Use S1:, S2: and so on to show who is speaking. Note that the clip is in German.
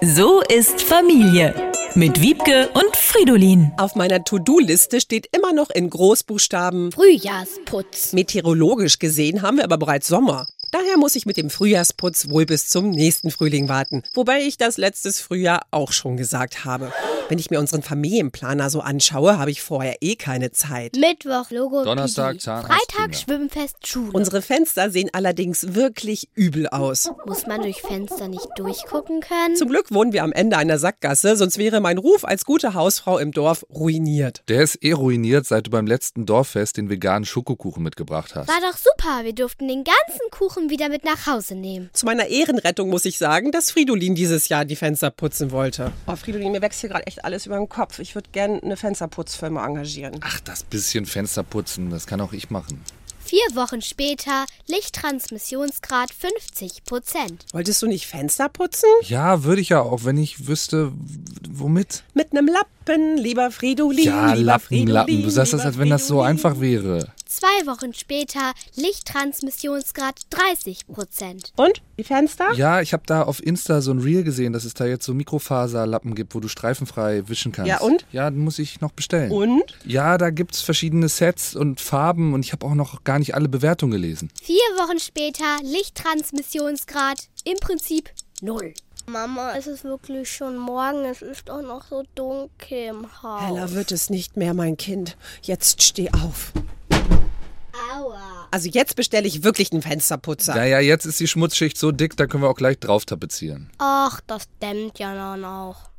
S1: So ist Familie mit Wiebke und Fridolin.
S2: Auf meiner To-Do-Liste steht immer noch in Großbuchstaben.
S3: Frühjahrsputz.
S2: Meteorologisch gesehen haben wir aber bereits Sommer. Daher muss ich mit dem Frühjahrsputz wohl bis zum nächsten Frühling warten. Wobei ich das letztes Frühjahr auch schon gesagt habe. Wenn ich mir unseren Familienplaner so anschaue, habe ich vorher eh keine Zeit.
S3: Mittwoch Logo.
S4: Donnerstag Zahnarzttermine.
S3: Freitag Schwimmfest Schule.
S2: Unsere Fenster sehen allerdings wirklich übel aus.
S3: Muss man durch Fenster nicht durchgucken können?
S2: Zum Glück wohnen wir am Ende einer Sackgasse, sonst wäre mein Ruf als gute Hausfrau im Dorf ruiniert.
S4: Der ist eh ruiniert, seit du beim letzten Dorffest den veganen Schokokuchen mitgebracht hast.
S3: War doch super. Wir durften den ganzen Kuchen wieder mit nach Hause nehmen.
S2: Zu meiner Ehrenrettung muss ich sagen, dass Fridolin dieses Jahr die Fenster putzen wollte. Oh, Fridolin, mir wächst hier gerade echt alles über den Kopf. Ich würde gerne eine Fensterputzfirma engagieren.
S4: Ach, das bisschen Fenster putzen, das kann auch ich machen.
S3: Vier Wochen später Lichttransmissionsgrad 50 Prozent.
S2: Wolltest du nicht Fenster putzen?
S4: Ja, würde ich ja auch, wenn ich wüsste, w- womit.
S2: Mit einem Lappen, lieber Fridolin.
S4: Ja,
S2: lieber
S4: Lappen,
S2: Fridolin,
S4: Lappen. Du sagst das,
S2: lieber
S4: als wenn das so
S2: Fridolin.
S4: einfach wäre.
S3: Zwei Wochen später Lichttransmissionsgrad 30 Prozent.
S2: Und? Die Fenster?
S4: Ja, ich habe da auf Insta so ein Reel gesehen, dass es da jetzt so Mikrofaserlappen gibt, wo du streifenfrei wischen kannst.
S2: Ja, und?
S4: Ja, den muss ich noch bestellen.
S2: Und?
S4: Ja, da gibt's verschiedene Sets und Farben und ich habe auch noch gar nicht alle Bewertungen gelesen.
S3: Vier Wochen später Lichttransmissionsgrad im Prinzip null.
S5: Mama, es ist wirklich schon morgen. Es ist auch noch so dunkel im Haus.
S2: Heller wird es nicht mehr, mein Kind. Jetzt steh auf.
S3: Aua.
S2: Also jetzt bestelle ich wirklich einen Fensterputzer.
S4: Naja, jetzt ist die Schmutzschicht so dick, da können wir auch gleich drauf tapezieren.
S5: Ach, das dämmt ja dann auch.